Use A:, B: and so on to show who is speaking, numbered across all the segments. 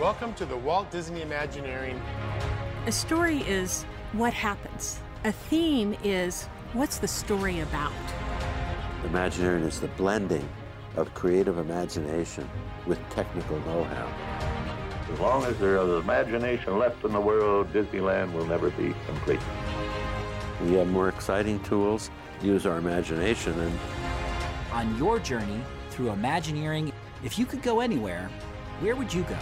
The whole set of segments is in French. A: Welcome to the Walt Disney Imagineering.
B: A story is what happens, a theme is what's the story about.
C: Imagineering is the blending of creative imagination with technical know how.
D: As long as there is imagination left in the world, Disneyland will never be complete.
C: We have more exciting tools, use our imagination, and
E: on your journey through Imagineering. If you could go anywhere, where would you go?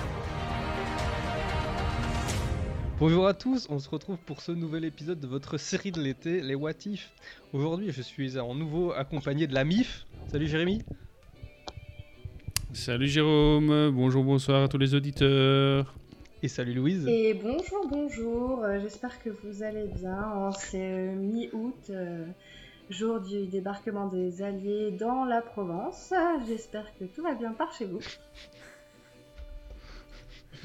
F: Bonjour à tous, on se retrouve pour ce nouvel épisode de votre série de l'été, les What If. Aujourd'hui, je suis en nouveau accompagné de la MIF. Salut Jérémy.
G: Salut Jérôme, bonjour, bonsoir à tous les auditeurs.
F: Et salut Louise.
H: Et bonjour, bonjour, euh, j'espère que vous allez bien. Alors, C'est euh, mi-août, euh, jour du débarquement des Alliés dans la Provence. J'espère que tout va bien par chez vous.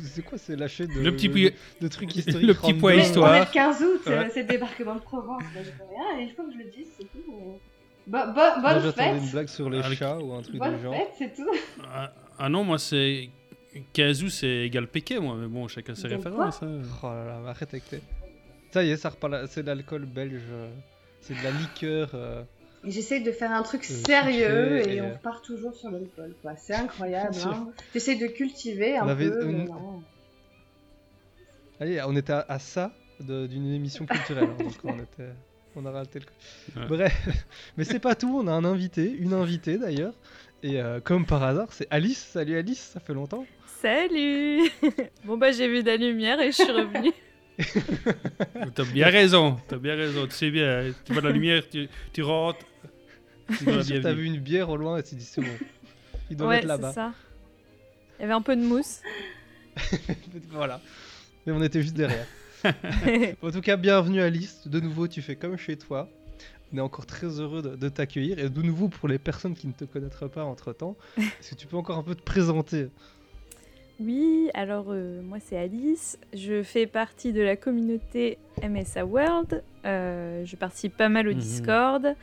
F: C'est quoi ce lâcher de,
G: Le petit pouillet.
F: de trucs
G: le
F: historiques
G: petit
F: random
G: point
H: Mais
G: histoire.
H: On est le 15 août, euh,
G: Ouais.
H: c'est le débarquement de Provence, là, je peux rien, et il faut que je le dise, c'est tout. mais- Bo- bo-
F: Moi,
H: bonne
F: j'attendais une
H: fête
F: blague sur les
G: Avec-
F: chats ou un truc
H: Bonne
F: du genre.
H: fête, c'est tout.
G: Ah, ah non, moi c'est. Kazoo, c'est égal Péquet, moi, mais bon, chacun ses
H: Donc
G: références. hein.
F: Oh là là, mais arrête avec tes. Ça y est, ça repart là, c'est de l'alcool belge. euh, C'est de la liqueur. euh,
H: J'essaie de faire un truc
F: Euh,
H: sérieux
F: touché,
H: et,
F: et, euh,
H: on repart toujours sur l'alcool, quoi. C'est incroyable,
F: Sur-
H: hein. J'essaie de cultiver
F: On
H: un
F: avait
H: peu, mais
F: une-
H: non.
F: Allez, on était à, à ça de- d'une émission culturelle. hein, donc on, était- on a raté le coup.
G: Ouais.
F: Bref, mais c'est pas tout. On a un invité, une invitée d'ailleurs. Et euh, comme par hasard, c'est Alice. Salut Alice, ça fait longtemps.
I: Salut Bon bah j'ai vu de la lumière et je suis revenue.
G: T'as bien raison, t'as bien raison, tu sais bien, hein, tu vois la lumière, tu, tu rentres. Tu dois la
F: T'as
G: bienvenue.
F: vu une bière au loin et tu dis c'est bon. Il doit
I: ouais,
F: être
I: c'est
F: là-bas.
I: ça. Il y avait un peu de mousse.
F: voilà. Mais on était juste derrière. En tout cas, bienvenue Alice. De nouveau, tu fais comme chez toi. On est encore très heureux de, de t'accueillir. Et de nouveau, pour les personnes qui ne te connaîtraient pas entre temps, est-ce que tu peux encore un peu te présenter
I: oui, alors euh, moi c'est Alice, je fais partie de la communauté MSA World, Euh, je participe pas mal au
G: Mhm.
I: Discord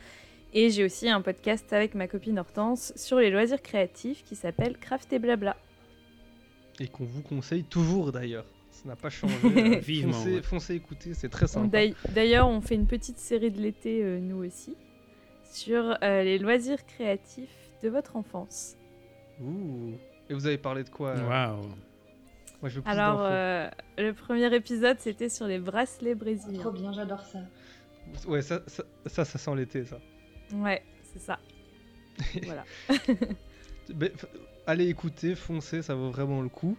I: et j'ai aussi un podcast avec ma copine Hortense sur les loisirs créatifs qui s'appelle Craft et Blabla.
F: Et qu'on vous conseille toujours d'ailleurs. Ça n'a pas changé. euh,
G: Vivement,
F: foncez,
G: ouais.
F: foncez écouter, c'est très
I: On-
F: simple.
I: d'ail- D'ailleurs, on fait une petite série de l'été, euh, nous aussi, sur euh, les loisirs créatifs de votre enfance.
F: Ouh. Et vous avez parlé de quoi euh,
G: Mmh, Waouh.
F: Moi, je veux plus
I: Alors,
F: d'infos.
I: euh, le premier épisode, c'était sur les bracelets
H: Trop
I: brésiliens.
H: bien, j'adore ça.
F: Ouais, ça, ça, ça, ça sent l'été, ça.
I: Ouais, c'est ça. voilà.
F: Ben, f- allez écouter, foncez, ça vaut vraiment le coup.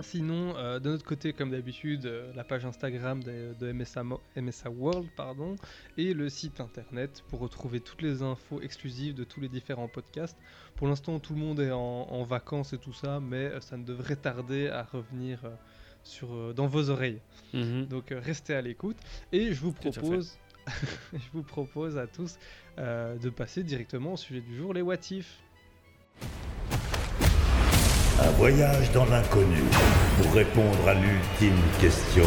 F: Sinon, euh, de notre côté, comme d'habitude, euh, la page Instagram de, de MSA, Mo- MSA World pardon, et le site internet pour retrouver toutes les infos exclusives de tous les différents podcasts. Pour l'instant, tout le monde est en, en vacances et tout ça, mais euh, ça ne devrait tarder à revenir euh, sur, euh, dans vos oreilles.
G: Mhm.
F: Donc euh, restez à l'écoute et je vous
G: Tout à fait.
F: propose, je vous propose à tous euh, de passer directement au sujet du jour, les watifs.
J: Un voyage dans l'inconnu pour répondre à l'ultime question.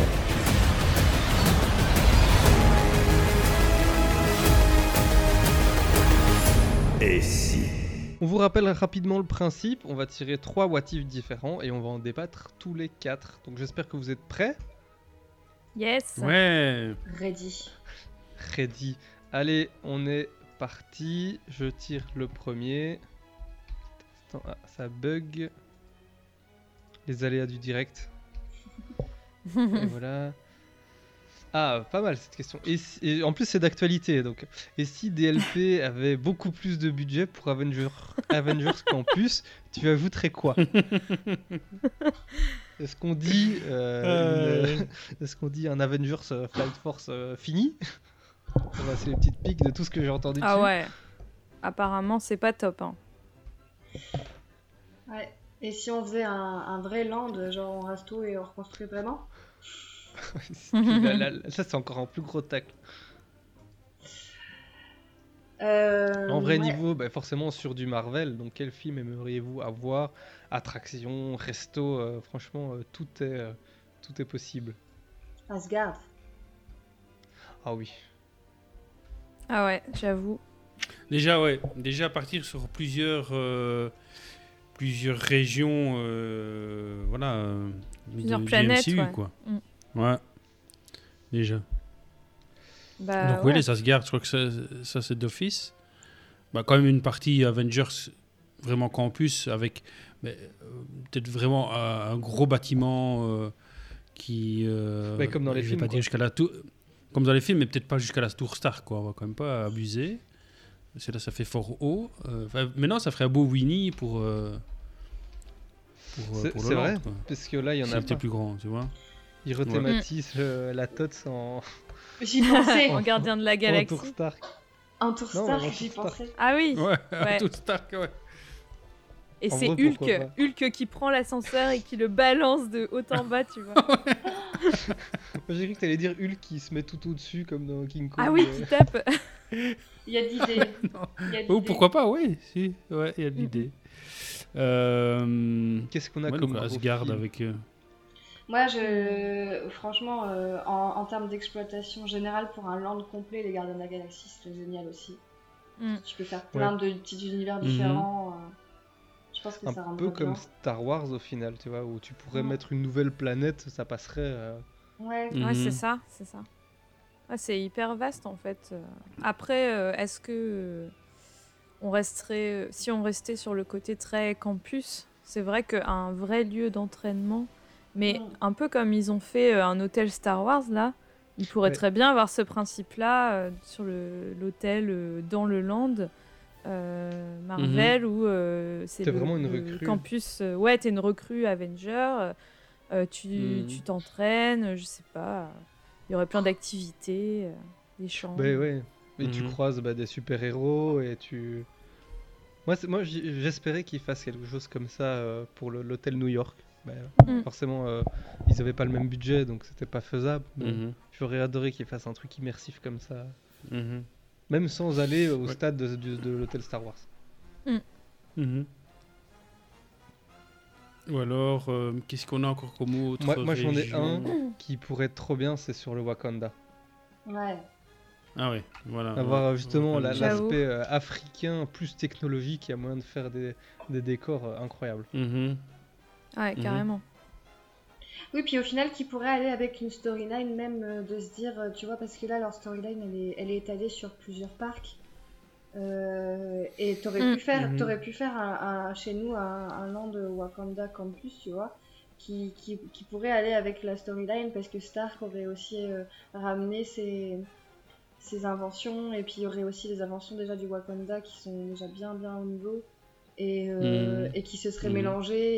J: Et si
F: On vous rappelle rapidement le principe, on va tirer trois what if différents et on va en débattre tous les quatre. Donc j'espère que vous êtes prêts.
I: Yes.
G: Ouais.
H: Ready.
F: Ready. Allez, on est parti. Je tire le premier. Attends, ah, ça bug. Les aléas du direct. Et voilà. Ah, pas mal cette question. Et, si- et en plus, c'est d'actualité. Donc, et si DLP avait beaucoup plus de budget pour Avenger- Avengers Campus, tu ajouterais quoi Est-ce qu'on dit, euh, une- est-ce qu'on dit un Avengers euh, Flight Force euh, fini Ça va, C'est les petites piques de tout ce que j'ai entendu.
I: ah
F: dessus.
I: ouais. Apparemment, c'est pas top. Hein.
H: Ouais. Et si on faisait un, un vrai land, genre on rase tout et on reconstruit vraiment
F: Là, là, là, ça, c'est encore un plus gros tacle.
H: Euh,
F: En vrai
H: ouais.
F: niveau, bah, forcément sur du Marvel, donc quel film aimeriez-vous avoir Attraction, resto, euh, franchement, euh, tout, est, euh, tout est possible.
H: Asgard.
F: Ah oui.
I: Ah ouais, j'avoue.
G: Déjà, ouais, déjà partir sur plusieurs. euh, plusieurs régions, euh, voilà, euh,
I: Plusieurs
G: du- du
I: planètes,
G: MCU,
I: ouais.
G: quoi.
I: Mm.
G: Ouais. Déjà.
I: Bah,
G: Donc oui,
I: ouais.
G: ça se garde. Je crois que ça, ça c'est d'office. Bah, quand même une partie Avengers vraiment campus avec mais, euh, peut-être vraiment un, un gros bâtiment euh, qui. euh,
F: Ouais, comme dans les
G: je vais
F: films,
G: pas
F: quoi.
G: dire jusqu'à la tour- Comme dans les films, mais peut-être pas jusqu'à la tour Star, quoi. On va quand même pas abuser. Parce que là, ça fait fort haut. Euh, enfin, maintenant, ça ferait un beau Winnie pour. euh, pour, euh,
F: C'est
G: pour
F: c'est
G: l'Hollande,
F: vrai,
G: quoi.
F: parce que là, il y en
G: S'il
F: a
G: était
F: pas.
G: plus grand, tu vois.
F: Ils
G: Ouais.
F: rethématisent
I: Mm.
F: euh, la TOTS en...
H: J'y pensais.
I: en gardien de la
F: en
I: galaxie.
F: Tour Stark.
H: Un tour
F: Non,
H: Stark,
F: mais un
H: j'y
F: tour Stark.
H: pensais.
I: Ah oui,
G: Ouais,
I: Ouais.
G: tout Stark, ouais.
I: et
F: En
I: c'est
F: vrai, pourquoi
I: Hulk, Hulk qui prend l'ascenseur et qui le balance de haut en bas, tu vois.
F: J'ai cru que t'allais dire Hulk qui se met tout au-dessus comme dans King Kong.
I: Ah oui,
F: euh.
I: qui tape.
H: Il y a de l'idée.
G: Non.
H: Il y a de
G: Ou
H: l'idée.
G: pourquoi pas, oui, si, ouais, il y a de l'idée. Euh,
F: Qu'est-ce qu'on a
G: ouais,
F: comme
G: donc
F: gros
G: Asgard
F: film
G: avec. euh,
H: Moi, je... franchement, euh, en, en termes d'exploitation générale, pour un land complet, les Gardiens de la Galaxie, c'était génial aussi.
I: Mm.
H: Tu peux faire plein de petits univers
G: Mhm.
H: différents. euh, Je pense que ça
F: Mm-hmm. Un
H: rendrait
F: peu
H: bien.
F: comme Star Wars au final, tu vois, où tu pourrais
H: Mm.
F: mettre une nouvelle planète, ça passerait. euh,
H: Ouais.
I: Ouais,
G: mhm.
I: c'est ça, c'est ça. Ouais, c'est hyper vaste en fait. Euh, Après, euh, est-ce que euh, on resterait, si on restait sur le côté très campus, c'est vrai qu'un vrai lieu d'entraînement, mais
H: Mm.
I: un peu comme ils ont fait euh, un hôtel Star Wars là, il pourrait
F: Ouais.
I: très bien avoir ce principe-là euh, sur le- l'hôtel euh, dans le land. euh,
G: Mhm.
I: Marvel où euh, c'est
F: T'es
I: le-
F: vraiment une
I: le
F: recrue.
I: campus euh, ouais t'es une recrue Avenger euh, euh, tu
G: Mhm.
I: tu t'entraînes, je sais pas. Il y aurait plein d'activités, euh, des chants.
F: Ben ouais. Et tu
G: Mhm.
F: croises bah, des super-héros et tu. Moi, c'est- moi j'- j'espérais qu'ils fassent quelque chose comme ça euh, pour le- l'hôtel New York. Bah,
I: Mm.
F: Forcément, euh, ils avaient pas le même budget, donc c'était pas faisable. mais
G: Mhm,
F: J'aurais adoré qu'ils fassent un truc immersif comme ça.
G: mhm,
F: Même sans aller au
G: Ouais.
F: stade de, de- de l'hôtel Star Wars.
G: mhm. Ou alors, euh, qu'est-ce qu'on a encore comme autre
F: Moi- moi, j'en ai
G: région
F: un. Qui pourrait être trop bien, c'est sur le Wakanda.
H: Ouais.
G: Ah ouais, voilà.
F: Avoir euh, justement la-
I: Wakanda. J'avoue.
F: l'aspect euh, africain plus technologique, il y a moyen de faire des, des décors euh, incroyables.
G: Mhm.
I: Ouais,
G: Mhm.
I: carrément.
H: Oui, puis au final, qui pourrait aller avec une storyline, même euh, de se dire, euh, tu vois, parce que là, leur storyline, elle est, elle est étalée sur plusieurs parcs. Euh, et t'aurais
I: Mm.
H: pu faire,
F: Mhm.
H: t'aurais pu faire un, un- chez nous un, un land Wakanda Campus, tu vois, qui, qui, qui pourrait aller avec la storyline, parce que Stark aurait aussi euh, ramené ses, ses inventions, et puis il y aurait aussi les inventions déjà du Wakanda qui sont déjà bien, bien au niveau. Et, euh,
G: Mm.
H: et qui se seraient
F: Mhm.
G: Mm.
H: mélangés,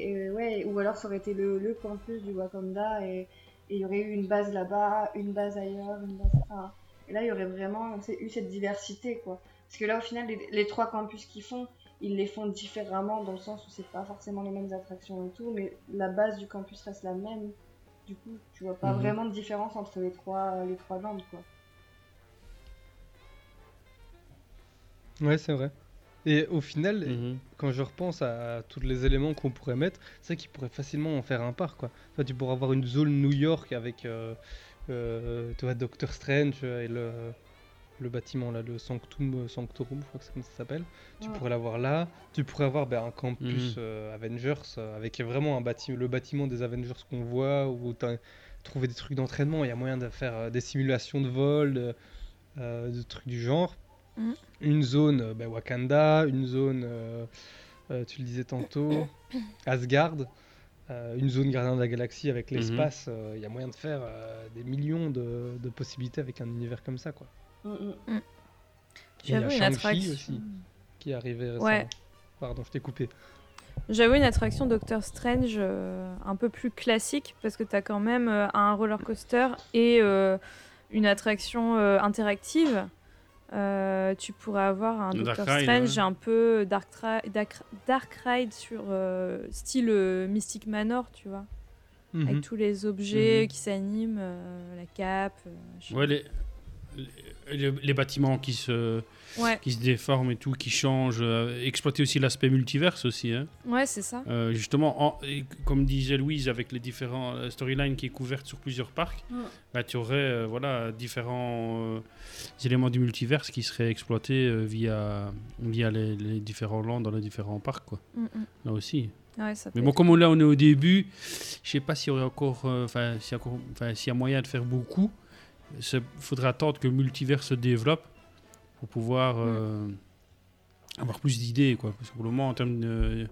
H: et, et ouais, ou alors ça aurait été le, le campus du Wakanda, et et il y aurait eu une base là-bas, une base ailleurs, une base. enfin, et là, il y aurait vraiment c'est- eu cette diversité, quoi. Parce que là, au final, les, les trois campus qu'ils font, ils les font différemment dans le sens où c'est pas forcément les mêmes attractions et tout, mais la base du campus reste la même. Du coup, tu vois pas
G: Mhm.
H: vraiment de différence entre les trois, les trois landes, quoi.
F: Ouais, c'est vrai. Et au final,
G: Mhm.
F: quand je repense à tous les éléments qu'on pourrait mettre, c'est vrai qu'ils pourraient facilement en faire un parc. Quoi. Enfin, tu pourrais avoir une zone New York avec euh, euh, tu vois, Doctor Strange et le, le bâtiment, là, le Sanctum euh, Sanctorum, je crois que c'est comme ça s'appelle. Tu
H: Ouais.
F: pourrais l'avoir là. Tu pourrais avoir ben, un campus
G: Mhm.
F: euh, Avengers euh, avec vraiment un bâtiment, le bâtiment des Avengers qu'on voit, où tu trouver des trucs d'entraînement. Il y a moyen de faire euh, des simulations de vol, de, euh, de trucs du genre.
I: Mhm.
F: Une zone euh, ben, Wakanda, une zone, euh, euh, tu le disais tantôt, Asgard, euh, une zone Gardien de la Galaxie avec
G: Mhm.
F: l'espace. euh, Il y a moyen de faire euh, des millions de, de possibilités avec un univers comme ça. quoi.
H: Mm, mm.
F: Et il y a
I: J'avoue une
F: Shang-Chi
I: attraction.
F: aussi, qui est arrivé récemment.
I: Ouais.
F: Pardon, je t'ai coupé.
I: J'avoue une attraction Doctor Strange euh, un peu plus classique parce que t'as quand même euh, un roller coaster et euh, une attraction euh, interactive. Euh, tu pourrais avoir un
G: Le
I: Doctor
G: Dark Ride,
I: Strange
G: ouais.
I: un peu dark, Tri- dark, dark ride sur euh, style euh, Mystic Manor, tu vois.
F: Mhm.
I: avec tous les objets
G: Mhm.
I: qui s'animent, euh, la cape. euh, je sais
G: Ouais,
I: pas.
G: les, les- les, les bâtiments qui se,
I: Ouais,
G: qui se déforment et tout, qui changent. euh, exploiter aussi l'aspect multiverse aussi. hein.
I: ouais c'est ça.
G: Euh, justement, en- et comme disait Louise, avec les différents euh, storylines qui est couverte sur plusieurs parcs,
H: Mm.
G: bah, tu aurais euh, voilà, différents euh, éléments du multiverse qui seraient exploités euh, via, via les, les différents lands dans les différents parcs. Quoi.
I: Mm, mm.
G: Là aussi.
I: Ouais, ça peut
G: Mais bon,
I: être-
G: comme on- là on est au début, je sais pas s'il y aurait encore, euh, enfin, s'il y a encore- enfin, s'il y a moyen de faire beaucoup. Il faudrait attendre que le multivers se développe pour pouvoir euh, avoir plus d'idées, quoi. Parce que pour le moment, en termes de- euh,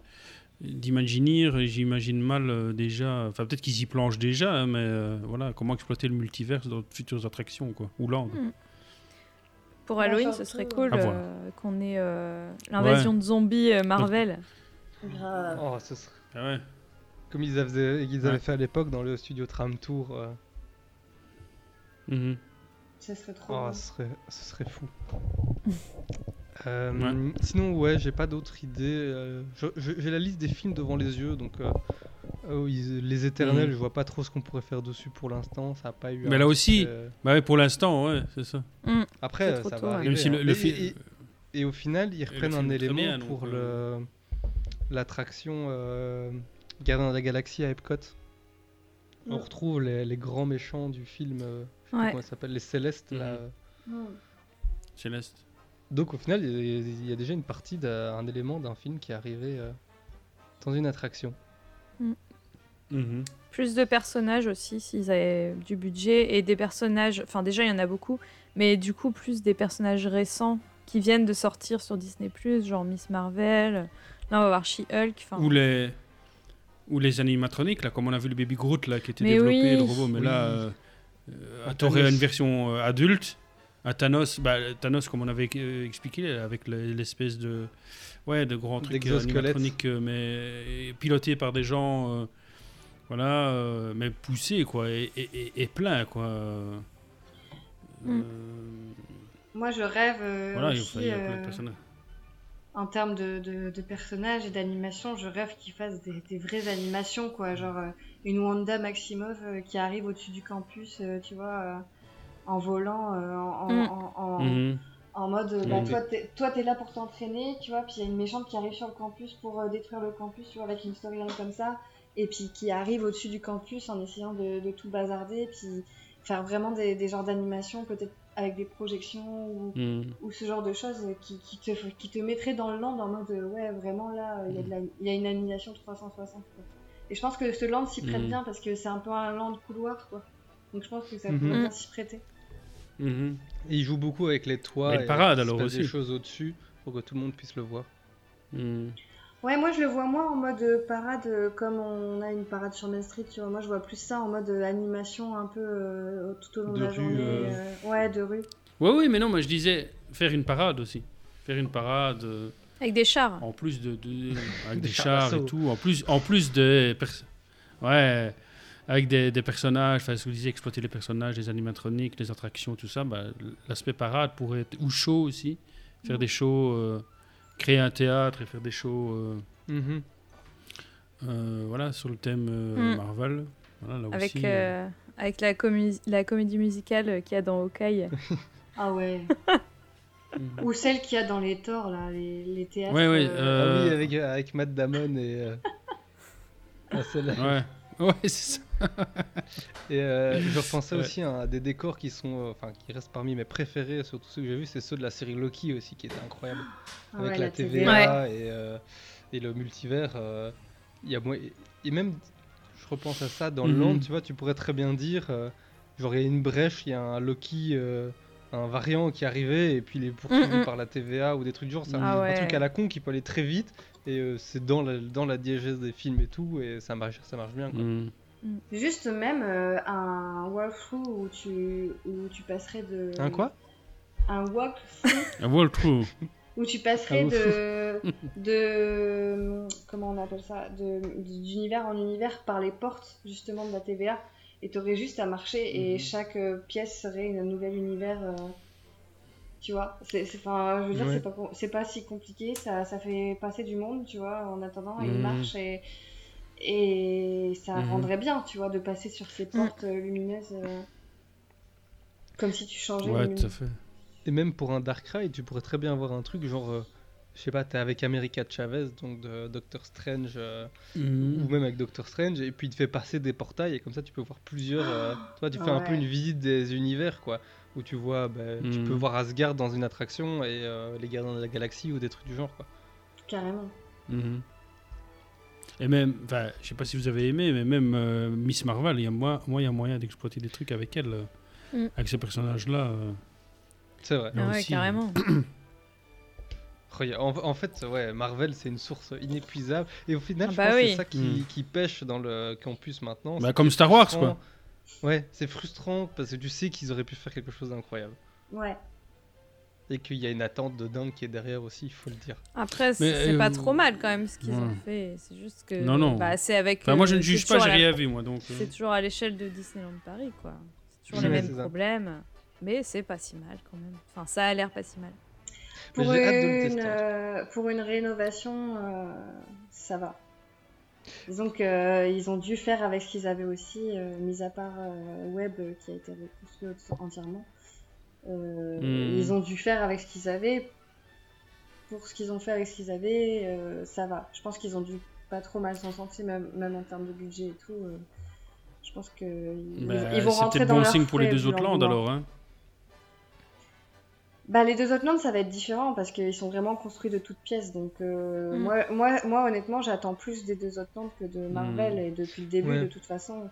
G: d'imaginaire, j'imagine mal euh, déjà. Enfin, peut-être qu'ils y planchent déjà, hein, mais euh, voilà, comment exploiter le multivers dans de futures attractions, quoi, ou land.
I: Mm. Pour
H: Bah,
I: Halloween, ce
H: surtout,
I: serait
H: euh,
I: cool
G: À voir.
I: euh, qu'on ait euh, l'invasion de zombies euh, Marvel.
H: Grave.
F: Oh, ce serait-
G: Ah ouais.
F: Comme ils avaient, ils avaient
G: Ouais.
F: fait à l'époque dans le studio Tram Tour. euh,
G: Mhm.
H: Ça serait trop.
F: Oh,
H: beau.
F: ce serait, ce serait fou. Euh, Sinon, ouais, j'ai pas d'autres idées. euh, je- je- j'ai la liste des films devant les yeux, donc euh, oh, ils- les Éternels,
G: Mhm.
F: je vois pas trop ce qu'on pourrait faire dessus pour l'instant. Ça a pas eu.
G: Mais
F: un
G: là aussi,
F: succès.
G: Bah ouais, pour l'instant, ouais, c'est ça.
F: Après,
I: C'est trop
F: ça
I: tôt,
F: va
I: Ah ouais.
F: arriver,
G: Même si le-
F: hein.
G: le
F: et,
G: fi-
F: et- et au final, ils reprennent un
G: film est très
F: élément
G: bien, donc,
F: pour
G: euh,
F: le l'attraction euh, Gardien de la Galaxie à Epcot. On
H: Mm.
F: retrouve les, les grands méchants du film, euh, je sais plus
I: Ouais.
F: comment ça s'appelle, les Célestes. là.
G: Mhm.
H: Mm.
G: Céleste.
F: Donc au final, il y a- il y, a déjà une partie d'un un élément d'un film qui est arrivé euh, dans une attraction.
G: Mhm.
I: Plus de personnages aussi, s'ils avaient du budget et des personnages. Enfin, déjà, il y en a beaucoup, mais du coup, plus des personnages récents qui viennent de sortir sur Disney, genre Miss Marvel. Là, on va voir She-Hulk. enfin,
G: Ou les ou les animatroniques là, comme on a vu le Baby Groot là qui était
I: Mais
G: développé
I: oui.
G: le robot, mais
F: Oui.
G: là, euh, euh,
F: Un
G: t'aurais
F: Thanos.
G: une version euh, adulte. À Thanos, bah, Thanos comme on avait euh, expliqué avec le- l'espèce de ouais de grand truc euh,
F: D'exosquelette.
G: animatronique euh, mais piloté par des gens euh, voilà euh, mais poussé quoi et, et- et- et plein quoi. euh,
I: Mm.
G: euh,
H: Moi, je rêve euh,
G: voilà, il y a-
H: aussi,
G: il y a plein de
H: euh,
G: personnages.
H: en termes de, de- de personnages et d'animation, je rêve qu'ils fassent des, des vraies animations, quoi. Genre euh, une Wanda Maximov euh, qui arrive au-dessus du campus, euh, tu vois, euh, en volant, euh, en, en-
I: Mm.
H: en- en-
G: Mhm.
H: en mode, euh, bah,
G: Mm.
H: toi, t'es- toi, t'es là pour t'entraîner, tu vois, puis il y a une méchante qui arrive sur le campus pour euh, détruire le campus, tu vois, avec une storyline comme ça, et puis qui arrive au-dessus du campus en essayant de, de tout bazarder, puis faire vraiment des, des genres d'animations, peut-être avec des projections ou
G: Mhm.
H: ou ce genre de choses euh, qui, qui, te, qui te mettrait dans le land en mode euh, ouais vraiment là euh, il y a de la- il y, a une animation 360 quoi. et je pense que ce land s'y prête
G: Mhm.
H: bien parce que c'est un peu un land couloir quoi donc je pense que ça
F: Mhm.
H: pourrait
I: Mhm.
H: bien s'y prêter
G: Mhm.
F: Et ils jouent beaucoup avec les toits.
G: Mais le parade,
F: il se
G: alors,
F: passe Des
G: aussi.
F: choses au-dessus pour que tout le monde puisse le voir.
G: Mhm.
H: ouais moi je le vois moins en mode euh, parade euh, comme on a une parade sur Main Street tu vois moi je vois plus ça en mode euh, animation un peu euh, tout au long de,
F: De
H: la
F: rue,
H: journée
F: euh.
H: euh, ouais de rue
G: Oui, oui, mais non, moi je disais faire une parade aussi. Faire une parade euh,
I: Avec des chars.
G: en plus de, de- avec
F: Des
G: des
F: chars
G: chars et
F: d'assaut.
G: tout, en plus, en plus de pers- ouais, avec des, des personnages. Enfin, ce que vous disiez, exploiter les personnages, les animatroniques, les attractions, tout ça. bah, L'aspect parade pourrait être ou show aussi, faire des shows, euh, créer un théâtre et faire des shows, euh, euh, voilà, sur le thème euh,
I: Mm.
G: Marvel. Voilà, là
I: Avec,
G: aussi, euh,
I: euh, avec la, comu- la comédie musicale euh, qu'il y a dans Hawkeye.
H: ah ouais
G: Mhm.
H: ou celle qu'il y a dans les torts là les, les théâtres
G: Ouais, ouais,
H: euh,
F: Ah oui,
G: euh,
F: avec, avec Matt Damon et. euh, ah, celle-là.
G: ouais, ouais, c'est ça.
F: Et euh, je repensais
G: Ouais.
F: aussi hein, à des décors qui sont, euh, enfin, qui restent parmi mes préférés, surtout ceux que j'ai vus, c'est ceux de la série Loki aussi, qui étaient incroyables.
H: ah
F: avec
H: ouais,
F: la, TVA et, euh, et le multivers. euh, il y a, mo- et même, je repense à ça, dans le
G: Mhm.
F: land, tu vois, tu pourrais très bien dire, euh, genre, il y a une brèche, il y a un Loki, euh, un variant qui arrivait, et puis il est poursuivi
I: Mhm.
F: par la TVA ou des trucs du genre. Ça,
I: Ah
F: Un
I: ouais.
F: truc à la con qui peut aller très vite, et euh, c'est dans la, dans la diégèse des films et tout, et ça marche, ça marche bien. quoi.
G: Mm.
H: Juste même euh, un walkthrough où tu, où tu passerais de.
F: Un quoi
H: Un walkthrough
G: Un walkthrough.
H: où tu passerais
G: Ah,
F: Un
H: de. de. Comment on appelle ça de, D'univers en univers par les portes, justement, de la TVA. Et t'aurais juste à marcher et
G: Mhm.
H: chaque euh, pièce serait un nouvel univers. euh, tu vois c'est, c'est- enfin, Je veux dire,
F: Ouais.
H: c'est, pas, com- c'est pas si compliqué. Ça, ça fait passer du monde, tu vois, en attendant une
G: Mhm.
H: marche et. Et ça
G: Mhm.
H: rendrait bien, tu vois, de passer sur ces
I: Mm.
H: portes euh, lumineuses. euh, comme si tu changeais.
G: ouais,
H: le-
G: tout à fait.
F: Et même pour un Dark Ride, tu pourrais très bien avoir un truc genre, euh, je sais pas, t'es avec America Chavez, donc de Doctor Strange, euh, ou même avec Doctor Strange, et puis il te fait passer des portails, et comme ça tu peux voir plusieurs. euh, toi, tu fais un peu
H: Ouais.
F: une visite des univers, quoi, où tu vois, bah, tu
G: Mhm.
F: peux voir Asgard dans une attraction et euh, les Gardiens de la Galaxie ou des trucs du genre, quoi.
H: Carrément.
G: Mhm. Et même, enfin, je sais pas si vous avez aimé, mais même euh, Miss Marvel, il y a moi, moi, il y a moyen d'exploiter des trucs avec elle, euh,
I: Mm.
G: avec ces personnages-là. euh.
F: C'est vrai.
G: Mais
I: Ah ouais,
G: aussi,
I: carrément.
F: Regarde, En, en fait, ouais, Marvel, c'est une source inépuisable. Et au final,
I: Ah
F: je
I: bah
F: pense que
I: oui.
F: c'est ça qui,
G: Mm.
F: qui pêche dans le campus maintenant.
G: Bah,
F: c'est
G: comme
F: que
G: Star
F: c'est
G: Wars,
F: frustrant. Ouais, c'est frustrant parce que tu sais qu'ils auraient pu faire quelque chose d'incroyable.
H: Ouais.
F: Et qu'il y a une attente de dingue qui est derrière aussi, il faut le dire.
I: Après, c'est
G: euh,
I: c'est pas trop mal quand même ce qu'ils ont
G: ouais.
I: fait. C'est juste que.
G: Non, non.
I: Bah, c'est avec.
G: Enfin, moi,
I: euh,
G: je ne
I: c'est
G: juge pas,
I: toujours
G: j'ai
I: à la-
G: rien vu, moi, donc. euh.
I: C'est toujours à l'échelle de Disneyland Paris, quoi. C'est toujours les
F: Ouais,
I: mêmes
F: c'est ça.
I: problèmes. Mais c'est pas si mal quand même. Enfin, ça a l'air pas si mal.
F: Mais
H: Pour
F: j'ai hâte de le
H: une,
F: tester.
H: euh, pour une rénovation, euh, ça va. Donc euh, ils ont dû faire avec ce qu'ils avaient aussi, euh, mis à part euh, Web euh, qui a été reconstruit entier- entièrement. Euh,
G: Hmm.
H: Ils ont dû faire avec ce qu'ils avaient. Pour ce qu'ils ont fait avec ce qu'ils avaient, euh, ça va. Je pense qu'ils ont dû pas trop mal s'en sortir, même, même en termes de budget et tout. euh, je pense que ils,
G: Bah,
H: ils vont
G: c'est
H: rentrer
G: peut-être
H: dans
G: bon
H: leur
G: signe pour les
H: frais
G: deux
H: vu
G: autres landes,
H: l'engouement.
G: alors. hein.
H: Bah, les deux autres landes, ça va être différent parce qu'ils sont vraiment construits de toutes pièces. Donc, euh,
I: Mm.
H: moi, moi, moi, honnêtement, j'attends plus des deux autres landes que de Marvel.
G: Mm.
H: Et depuis le début,
F: Ouais.
H: de toute façon,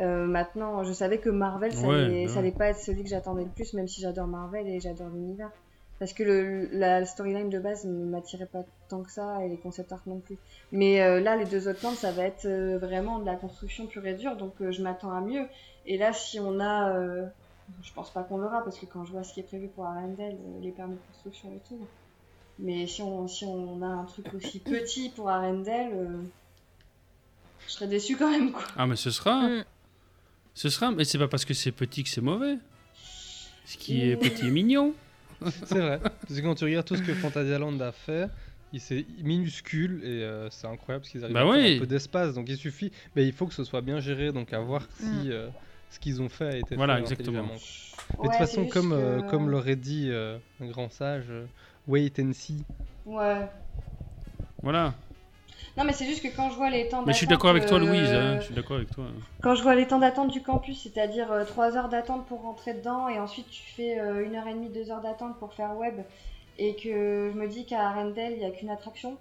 H: Euh, maintenant, je savais que Marvel, ça,
G: Ouais,
H: allait,
G: bah
H: ça allait pas être celui que j'attendais le plus, même si j'adore Marvel et j'adore l'univers. Parce que le, la storyline de base ne m'attirait pas tant que ça et les concept art non plus. Mais euh, là, les deux autres landes, ça va être euh, vraiment de la construction pure et dure. Donc, euh, je m'attends à mieux. Et là, si on a. euh, je pense pas qu'on l'aura parce que quand je vois ce qui est prévu pour Arendelle, euh, les permis de construction et tout. Mais si on, si on a un truc aussi petit pour Arendelle, euh, je serais déçu quand même quoi.
G: Ah, mais ce sera.
I: Mm.
G: Ce sera. Mais c'est pas parce que c'est petit que c'est mauvais. Ce qui est
H: Mm.
G: petit est mignon.
F: C'est vrai. Parce que quand tu regardes tout ce que Fantasyland a fait, il c'est minuscule et euh, c'est incroyable parce qu'ils arrivent
G: Bah
F: à faire
G: oui.
F: un peu d'espace. Donc il suffit, mais il faut que ce soit bien géré. Donc à voir si
I: Mm.
F: euh, ce qu'ils ont fait a été
G: Voilà,
F: fait
G: exactement.
F: intelligemment. Mais de
H: Ouais,
F: toute
H: c'est
F: façon,
H: juste
F: comme, euh,
H: que-
F: comme l'aurait dit euh, un grand sage, euh, wait and see.
H: Ouais.
G: Voilà.
H: Non, mais c'est juste que quand je vois les temps
G: Mais je suis d'accord avec
H: d'attente,
G: toi, Louise.
H: euh,
G: hein, Je suis d'accord avec toi.
H: Quand je vois les temps d'attente du campus, c'est-à-dire 3 heures d'attente pour rentrer dedans, et ensuite tu fais euh, 1h30, 2 heures d'attente pour faire web, et que je me dis qu'à Arendelle, il n'y a qu'une attraction,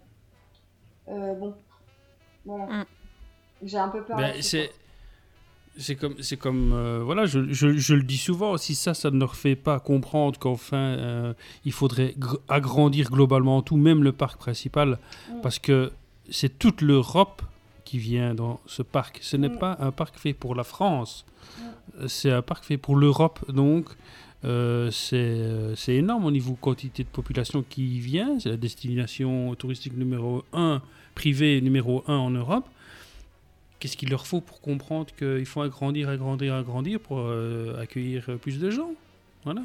H: euh, bon, voilà.
I: Mm.
H: J'ai un peu peur.
G: Ben,
H: là-dessus,
G: c'est
H: quoi.
G: c'est comme c'est comme euh, voilà je, je- je le dis souvent si ça ça ne leur fait pas comprendre qu'enfin euh, il faudrait gr- agrandir globalement tout même le parc principal
H: Mm.
G: parce que c'est toute l'Europe qui vient dans ce parc ce n'est
H: Mm.
G: pas un parc fait pour la France Euh, c'est un parc fait pour l'Europe donc euh, c'est euh, c'est énorme au niveau quantité de population qui y vient c'est la destination touristique numéro 1 privée numéro 1 en Europe qu'est-ce qu'il leur faut pour comprendre qu'il faut agrandir, agrandir, agrandir pour euh, accueillir euh, plus de gens Voilà,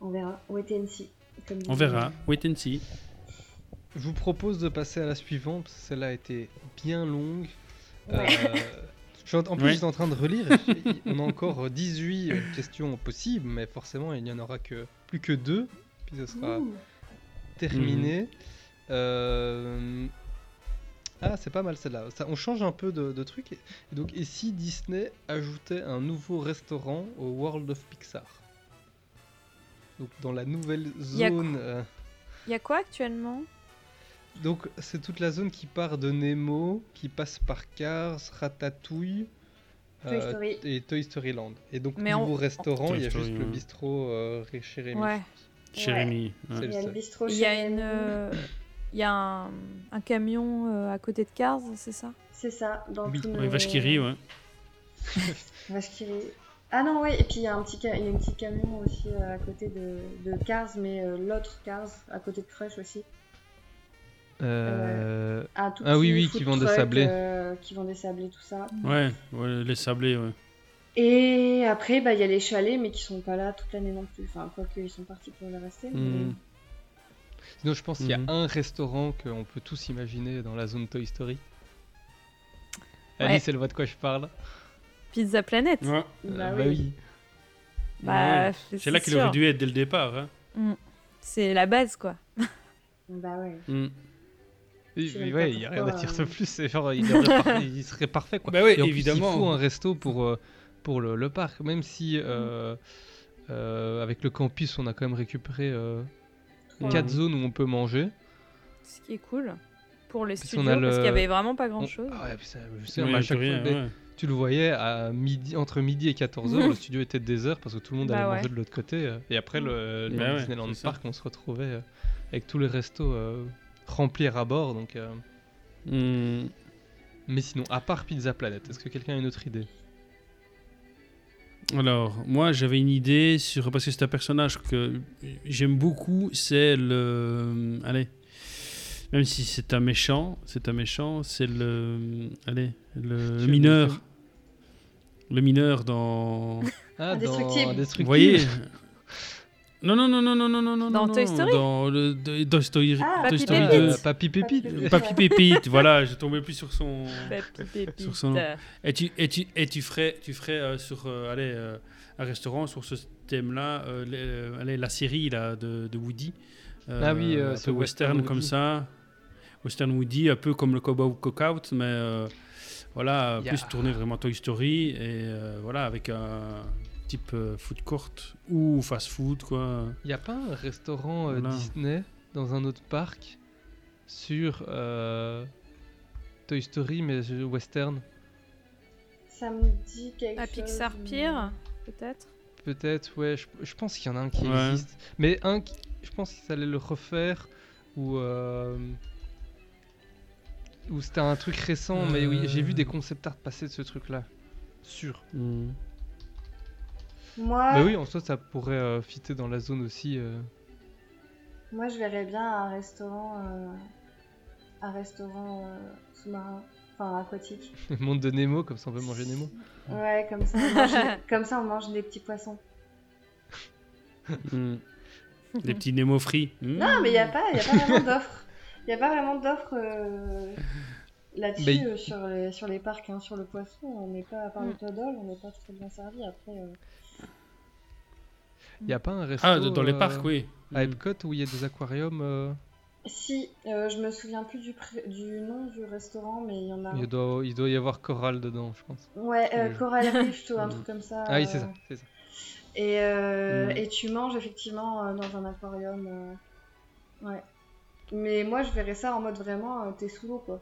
H: On verra. Wait and see, comme
G: on
H: dit-
G: verra. Wait and see.
F: Je vous propose de passer à la suivante, parce que celle-là a été bien longue. Euh,
H: Ouais.
F: je suis en, en plus,
G: Ouais.
F: j'étais en train de relire. et j'ai- on a encore 18 euh, questions possibles, mais forcément, il n'y en aura que plus que deux, puis ce sera
H: Ouh.
G: Mhm.
F: terminé. Euh, Ah, c'est pas mal celle-là. Ça, on change un peu de, de truc. Et, donc, et si Disney ajoutait un nouveau restaurant au World of Pixar Donc, dans la nouvelle
I: Y a quoi
F: zone. euh,
I: Il y a quoi actuellement
F: donc c'est toute la zone qui part de Nemo, qui passe par Cars, Ratatouille
H: Toy
F: euh,
H: Story.
F: et Toy Story Land. Et donc
I: Mais
F: niveau
I: on-
F: restaurant,
G: Toy
F: il y a
G: Story,
F: juste le
G: ouais.
F: bistrot euh, ré- chez Rémi.
I: Ouais.
G: Cher
H: Ouais.
G: Rémi, ouais.
F: C'est
H: Il y a le
F: seul.
H: bistrot
I: Il y a
H: chez-
I: une. euh, Il y a un, un camion euh, à côté de Cars, c'est ça
H: C'est ça, dans
F: Oui,
H: tout
G: Ouais,
H: le-
G: Vachkiri, ouais.
H: Vachkiri. Ah non, oui, et puis il y a un petit, ca- il y a un petit camion aussi euh, à côté de, de Cars, mais euh, l'autre Cars, à côté de Crush aussi. Euh, Un tout
F: Ah oui,
H: petit
F: oui,
H: food
F: qui vend des
H: truck,
F: sablés.
H: euh, qui vend des sablés, tout ça.
G: Ouais, ouais, les sablés, ouais.
H: Et après, bah, il y a les chalets, mais qui sont pas là toute l'année non plus. Enfin, quoique, ils sont partis pour le rester. mais-
F: Hmm.
G: Mm.
F: Sinon je pense qu'il y a
G: Mhm.
F: un restaurant qu'on peut tous imaginer dans la zone Toy Story.
I: Ouais.
F: Alice, elle voit de quoi je parle.
I: Pizza Planet
G: Ouais.
H: Bah
F: Euh,
H: oui.
I: Bah,
G: Ouais.
I: c'est-
G: C'est là
I: c'est
G: qu'il aurait
I: sûr.
G: dû être dès le départ. hein.
I: C'est la base, quoi.
H: Bah ouais.
G: Mm.
F: Oui,
H: Je sais
F: oui,
H: même
F: ouais,
H: pas
F: il n'y a rien à
H: pourquoi,
F: dire de
H: euh.
F: plus. c'est genre, il, aurait par- il serait parfait. Quoi.
G: Bah oui,
F: Et en plus,
G: évidemment.
F: il faut un resto pour, euh, pour le, le parc. Même si,
H: Mhm.
F: euh, euh, avec le campus, on a quand même récupéré euh,
H: Trois.
F: quatre zones où on peut manger.
I: Ce qui est cool pour les
F: Parce qu'on
I: studios,
F: a le-
I: parce qu'il y avait vraiment pas
F: On-
I: grand-chose.
F: Ah ouais, putain, je sais,
G: Ouais,
F: mais à chaque
G: rien,
F: fois, mais
G: ouais.
F: tu le voyais à midi, entre midi et 14h, le studio était désert parce que tout le monde
I: Bah
F: allait
I: ouais.
F: manger de l'autre côté. euh, Et après, le, le
G: Bah ouais,
F: Disneyland
G: c'est ça.
F: Park, on se retrouvait euh, avec tous les restos euh, remplis à bord. Donc, euh,
G: Mm.
F: Mais sinon, à part Pizza Planet, est-ce que quelqu'un a une autre idée
G: Alors, moi, j'avais une idée sur. Parce que c'est un personnage que j'aime beaucoup. C'est le. Allez. Même si c'est un méchant, c'est un méchant. C'est le. Allez. Le
F: Sur le
G: mineur.
F: film.
G: Le mineur dans.
F: Ah, dans
H: Indestructible.
F: Indestructible.
G: Vous voyez Non, non, non, non, non, non, non, non.
I: Dans
G: non,
I: Toy
G: non,
I: Story
G: Dans le- de- Toy Story,
H: Ah,
I: Papy
G: Toy Story
I: Pépite.
G: 2.
F: Euh, Papy Pépite
H: Papy Pépite.
G: Papy Pépite, voilà, je tombais plus sur son.
I: Papy Pépite.
G: Sur son- Et tu, et tu, et tu ferais, tu ferais euh, sur euh, allez, euh, un restaurant sur ce thème-là, euh, les- euh, allez, la série là, de, de Woody. euh,
F: Ah oui, euh,
G: un
F: ce
G: peu western,
F: western
G: comme
F: Woody.
G: ça. Western Woody, un peu comme le Cowboy Cookout, mais euh, voilà,
F: Yeah.
G: plus tourné vraiment Toy Story et euh, voilà, avec un type euh, food court ou fast food, quoi.
F: Il y a pas un restaurant euh,
G: Voilà.
F: Disney dans un autre parc sur euh, Toy Story mais je- western
H: Ça me dit quelque
I: À
H: chose.
I: Pixar
H: mais-
I: Pier, peut-être.
F: Peut-être, ouais. Je, je pense qu'il y en a un qui
G: Ouais.
F: existe. Mais un, qui- je pense qu'ils allaient le refaire ou. euh, ou c'était un truc récent, mais oui, j'ai vu des
G: Euh.
F: concept art passer de ce truc-là. Sûr.
H: Moi,
F: Mais Bah oui, en soi, ça pourrait euh, fitter dans la zone aussi. euh.
H: moi, je verrais bien un restaurant, euh, un restaurant euh, sous-marin, enfin aquatique.
F: Monde de Nemo, comme ça on peut manger Nemo.
H: Ouais, comme ça, on mange, comme ça, on mange des petits poissons.
G: Mm.
F: Mm.
G: Des petits Nemo frits.
F: Mmh.
G: Mm.
H: Non, mais il n'y a pas, y a pas vraiment d'offre. Il n'y a pas vraiment d'offre euh, là-dessus
F: Mais-
H: euh, sur, les, sur les parcs, hein, sur le poisson. On n'est pas, à
F: Mmh.
H: part le
I: Mm.
H: Toddle, on n'est pas très bien servi. Après, euh,
F: Il n'y a pas un resto.
G: Ah, dans les
F: euh,
G: parcs, oui.
F: À Epcot où il y a des aquariums. euh,
H: si, euh, je me souviens plus du, pré- du nom du restaurant, mais il y en a.
F: il, doit, il doit y avoir Coral dedans, je pense.
H: Ouais, euh,
F: Mm.
H: Coral Rift ou un
G: Mm.
H: truc comme ça.
F: Ah oui, c'est
H: euh,
F: ça. Mmh. c'est ça.
H: Et, euh,
G: Mm.
H: et tu manges effectivement euh, dans un aquarium. euh, Ouais. Mais moi, je verrais ça en mode vraiment, euh, t'es sous l'eau, quoi.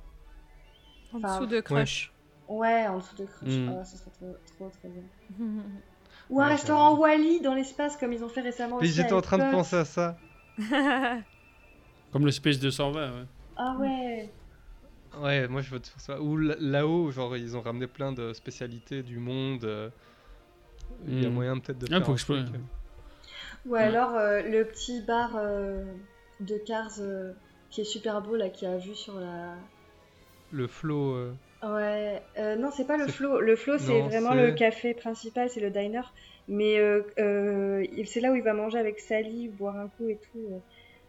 I: En
H: Enfin,
I: dessous de Crush.
H: Ouais, en dessous de crush.
G: Mm.
H: Ah, ce serait trop, trop, trop bien. Ou un
F: Hmm. Ouais,
H: restaurant Wally dans l'espace comme ils ont fait récemment.
F: Mais
H: aussi
F: j'étais
H: à
F: en train de
H: Epcot.
F: penser à ça.
G: Comme le Space 220, ouais.
H: Ah ouais.
F: Ouais, moi je vote pour ça. Ou l- là-haut, genre ils ont ramené plein de spécialités du monde. euh, Il y a
G: Mm.
F: moyen peut-être de
G: Ah,
F: faire.
G: pour
F: un
G: explorer.
F: truc, euh.
H: Ou alors euh, le petit bar euh, de Cars euh, qui est super beau là, qui a vue sur la.
F: Le flow. euh,
H: Ouais. euh, non, c'est pas le
F: C'est-
H: flow. Le flow, c'est
F: Non,
H: vraiment
F: c'est-
H: le café principal, c'est le diner. Mais euh, euh, il- c'est là où il va manger avec Sally, boire un coup et tout. euh.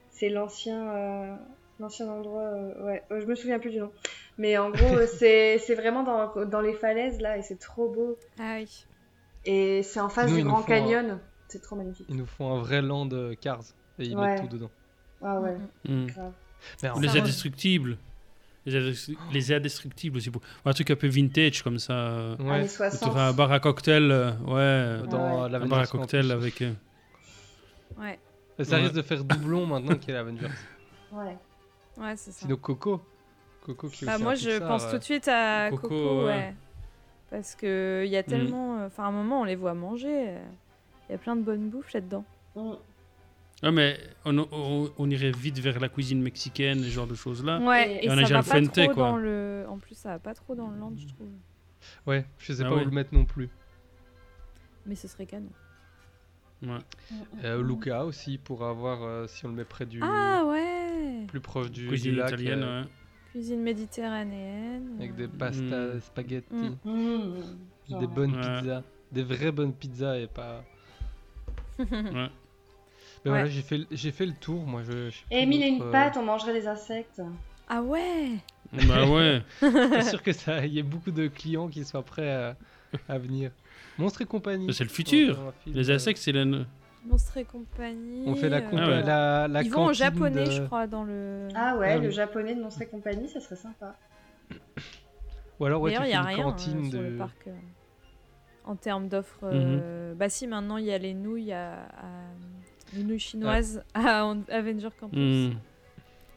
H: C'est l'ancien. euh, L'ancien endroit, euh, ouais, Euh, je me souviens plus du nom. Mais en gros, euh, c'est c'est vraiment dans, dans les falaises là et c'est trop beau.
I: Ah oui.
H: Et c'est en face
F: Sinon,
H: du
F: ils nous
H: Grand
F: font un-
H: Canyon. C'est trop magnifique.
F: Ils nous font un vrai land euh, Cars et ils
H: Ouais.
F: mettent tout dedans.
H: Ah ouais,
G: Mm.
H: grave.
F: Mais
G: Ou
F: en
G: les
F: vrai,
G: indestructibles. Les, indestructibles
I: Oh.
G: les indestructibles aussi. Pour... Un truc un peu vintage comme ça. euh,
F: ouais,
H: Années
G: où
H: 60.
G: Tu auras un bar à cocktail. euh, ouais.
F: dans
H: Ouais.
F: euh,
G: un
F: l'Avengers
G: bar à
F: Campus.
G: cocktail avec. euh,
I: Ouais,
F: Mais Ça
G: Ouais.
F: risque de faire doublon maintenant qu'il y a l'Avengers.
H: Ouais.
I: ouais c'est ça.
F: Sinon Coco. Coco qui est
I: Bah,
F: aussi un
I: moi, je
F: Pixar,
I: pense
F: euh,
I: tout de suite à
G: Coco,
I: Coco,
G: ouais. Mm.
I: ouais. Parce que il y a tellement. Enfin, à un moment, on les voit manger. euh, Il y a plein de bonnes bouffes là-dedans.
H: Mm.
G: Ouais, Ah, mais on, on- on irait vite vers la cuisine mexicaine, ce genre de choses-là.
I: Ouais, Mm. et,
H: Et
G: on a
I: ça
G: déjà
I: va
G: le
I: pas
G: Fuente,
I: trop
G: quoi.
I: dans le. En plus, ça va pas trop dans le land, je trouve.
F: Ouais, je sais
G: Ah
F: pas
G: ouais.
F: où le mettre non plus.
I: Mais ce serait canon. Mm,
G: Ouais.
F: Euh, Luca aussi pour avoir euh, si on le met près du
I: Ah ouais
F: plus proche du,
G: Cuisine
F: du lac
G: italienne,
F: euh,
G: ouais.
I: Cuisine méditerranéenne.
F: avec
I: euh,
F: des pastas,
G: Mm.
F: spaghetti,
I: Mm.
H: Mm. Genre,
F: des bonnes
G: Ouais.
F: pizzas, des vraies bonnes pizzas et pas Ben
I: Mm. Ouais.
F: voilà, j'ai fait, le- j'ai fait le tour, moi. Je, je sais
H: Et
F: plus
H: mille et
F: d'autres,
H: une
F: euh,
H: pattes, on mangerait des insectes.
I: Ah ouais
G: Bah ouais.
F: euh, Je suis sûr que ça, il y a beaucoup de clients qui soient prêts à, à venir. Monstres et compagnie.
G: Mais c'est le futur.
F: On fait un film,
G: Les
F: euh,
G: insectes, c'est la.
I: Monstres et compagnie.
F: On fait la, comp-
G: Ah ouais.
F: la, la
I: euh, Ils vont en
F: cantine
I: japonais,
F: de-
I: je crois, dans le.
H: Ah ouais,
F: Ah
H: le
F: oui.
H: japonais de Monstres et compagnie, ça serait sympa.
F: Ou alors, ouais, tu
I: D'ailleurs, il
F: fais
I: n'y a
F: une
I: rien euh,
F: cantine
I: sur
F: de.
I: le parc euh, en termes d'offres.
G: Mhm.
I: euh, Bah si, maintenant il y a les nouilles, à, à- les nouilles chinoises à An- Avenger Campus.
G: Hmm.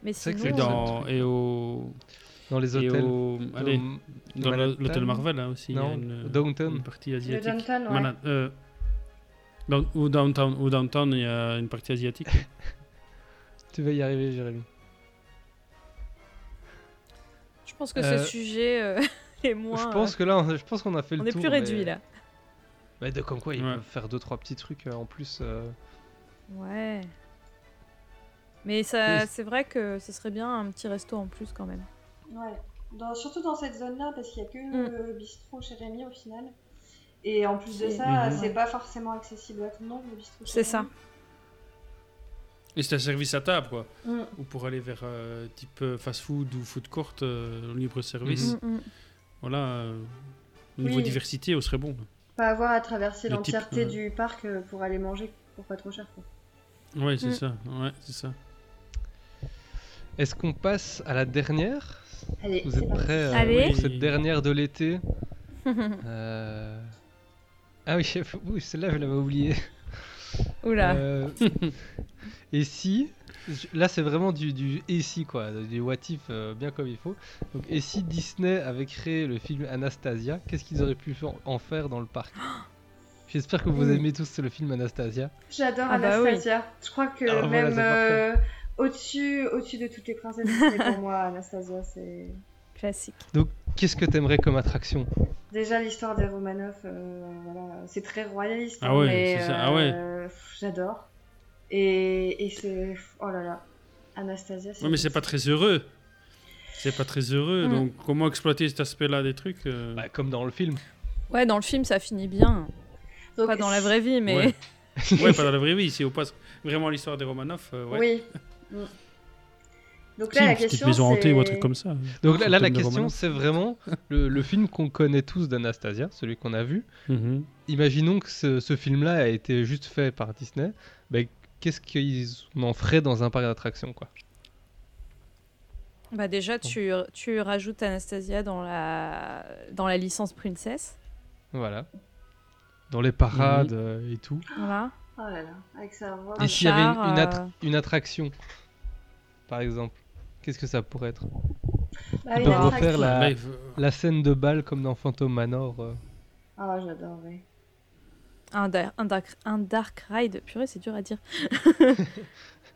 I: Mais
F: C'est vrai que
I: sinon,
G: Et,
F: c'est
I: euh,
G: dans, et au.
F: Dans les
G: et
F: hôtels.
G: au- allez,
F: Dans-
G: dans
F: Manhattan.
G: l'hôtel Marvel hein, aussi. il y a
F: Non,
G: une-
F: Downton.
G: Une partie
H: Le
G: asiatique.
H: Downton, ouais.
G: Manhattan, euh, dans- ou downtown, ou downtown, il y a une partie asiatique.
F: Tu vas y arriver, Jérémy.
I: je pense que
F: Euh,
I: ce sujet euh, est moins.
F: je pense que là, on, je pense qu'on a fait
I: euh,
F: le
I: on est
F: tour.
I: plus réduit
F: mais-
I: là.
F: Mais de comme quoi, ils
G: Ouais.
F: peuvent faire deux trois petits trucs euh, en plus. euh,
I: Ouais. Mais ça,
F: Oui.
I: c'est vrai que ce serait bien un petit resto en plus quand même.
H: Ouais. Dans- surtout dans cette zone-là, parce qu'il n'y a que
I: Mm.
H: le bistrot chez Rémi au final. Et en plus de
I: C'est-
H: ça,
G: Mhm.
H: c'est pas forcément accessible à tout le monde le bistrot. chez
I: C'est ça.
H: Rémi.
G: Et c'est un service à table, quoi.
H: Mm.
G: Ou pour aller vers euh, type euh, fast-food ou food court, euh, libre service.
F: Mhm.
I: Mm, mm.
G: Voilà, euh, au niveau
H: Oui.
G: diversité, on serait bon.
H: Pas avoir à traverser
G: Le type,
H: l'entièreté
G: euh,
H: du parc euh, pour aller manger pour pas trop cher. quoi.
G: Ouais, c'est
I: Mm.
G: ça. Ouais, c'est ça.
F: Est-ce qu'on passe à la dernière
H: Allez,
F: Vous
H: c'est
F: êtes
H: parti.
F: prêts euh,
I: Allez.
F: pour cette dernière de l'été
I: Mm.
F: Euh, Ah oui, chef, ouh, celle-là, je l'avais oubliée.
I: Oula.
F: Euh, Et si je- Là, c'est vraiment du, du et si, quoi, du what if euh, bien comme il faut. Donc, et si Disney avait créé le film Anastasia, qu'est-ce qu'ils auraient pu fa- en faire dans le parc J'espère que vous
I: Oui.
F: aimez tous le film Anastasia.
H: J'adore
I: Ah bah oui.
H: Anastasia. Je crois que
F: Ah, voilà,
H: même
F: c'est parfait.
H: euh, au-dessus, au-dessus de toutes les princesses, c'est pour moi Anastasia. C'est
I: Classique.
F: Qu'est-ce que t'aimerais comme attraction
H: déjà l'histoire des Romanov. euh, voilà, c'est très royaliste.
G: Ah
H: hein,
G: ouais,
H: mais,
G: c'est ça, ah ouais.
H: euh, pff, J'adore. Et, et c'est oh là là, Anastasia.
G: Ouais, mais c'est pas très heureux. C'est pas très heureux.
I: Mm.
G: Donc, comment exploiter cet aspect-là des trucs euh,
F: Bah, Comme dans le film.
I: Ouais, dans le film, ça finit bien.
H: Donc,
I: Pas dans la vraie vie, mais.
G: Ouais. Ouais, pas dans la vraie vie. Si on passe vraiment à l'histoire des Romanov, euh, ouais.
H: Oui. Mm. Donc
G: Si,
H: là, la
G: une petite
H: question,
G: maison hantée ou un
H: c'est-
G: truc comme ça.
F: Donc là, là, la
G: Fantôme de
F: question,
G: Romanov.
F: c'est vraiment le, le film qu'on connaît tous d'Anastasia, celui qu'on a vu.
G: Mhm.
F: Imaginons que ce, ce film-là a été juste fait par Disney. Ben, Qu'est-ce qu'ils en feraient dans un parc d'attractions quoi
I: Bah déjà, tu, tu rajoutes Anastasia dans la, dans la licence Princess.
F: Voilà. Dans les parades euh, et tout.
I: Voilà.
H: Oh là là, avec sa voix.
I: Un
F: et s'il y avait une,
I: char,
F: une attra-
I: euh,
F: une attraction, par exemple, qu'est-ce que ça pourrait être
H: Ah,
F: Ils
H: une
F: peuvent refaire
H: attraction.
F: la,
G: Live, euh,
F: la scène de bal comme dans Phantom Manor. euh.
H: Ah, j'adore, oui.
I: Un, dar- un dark, un dark Ride. Purée, c'est dur à dire.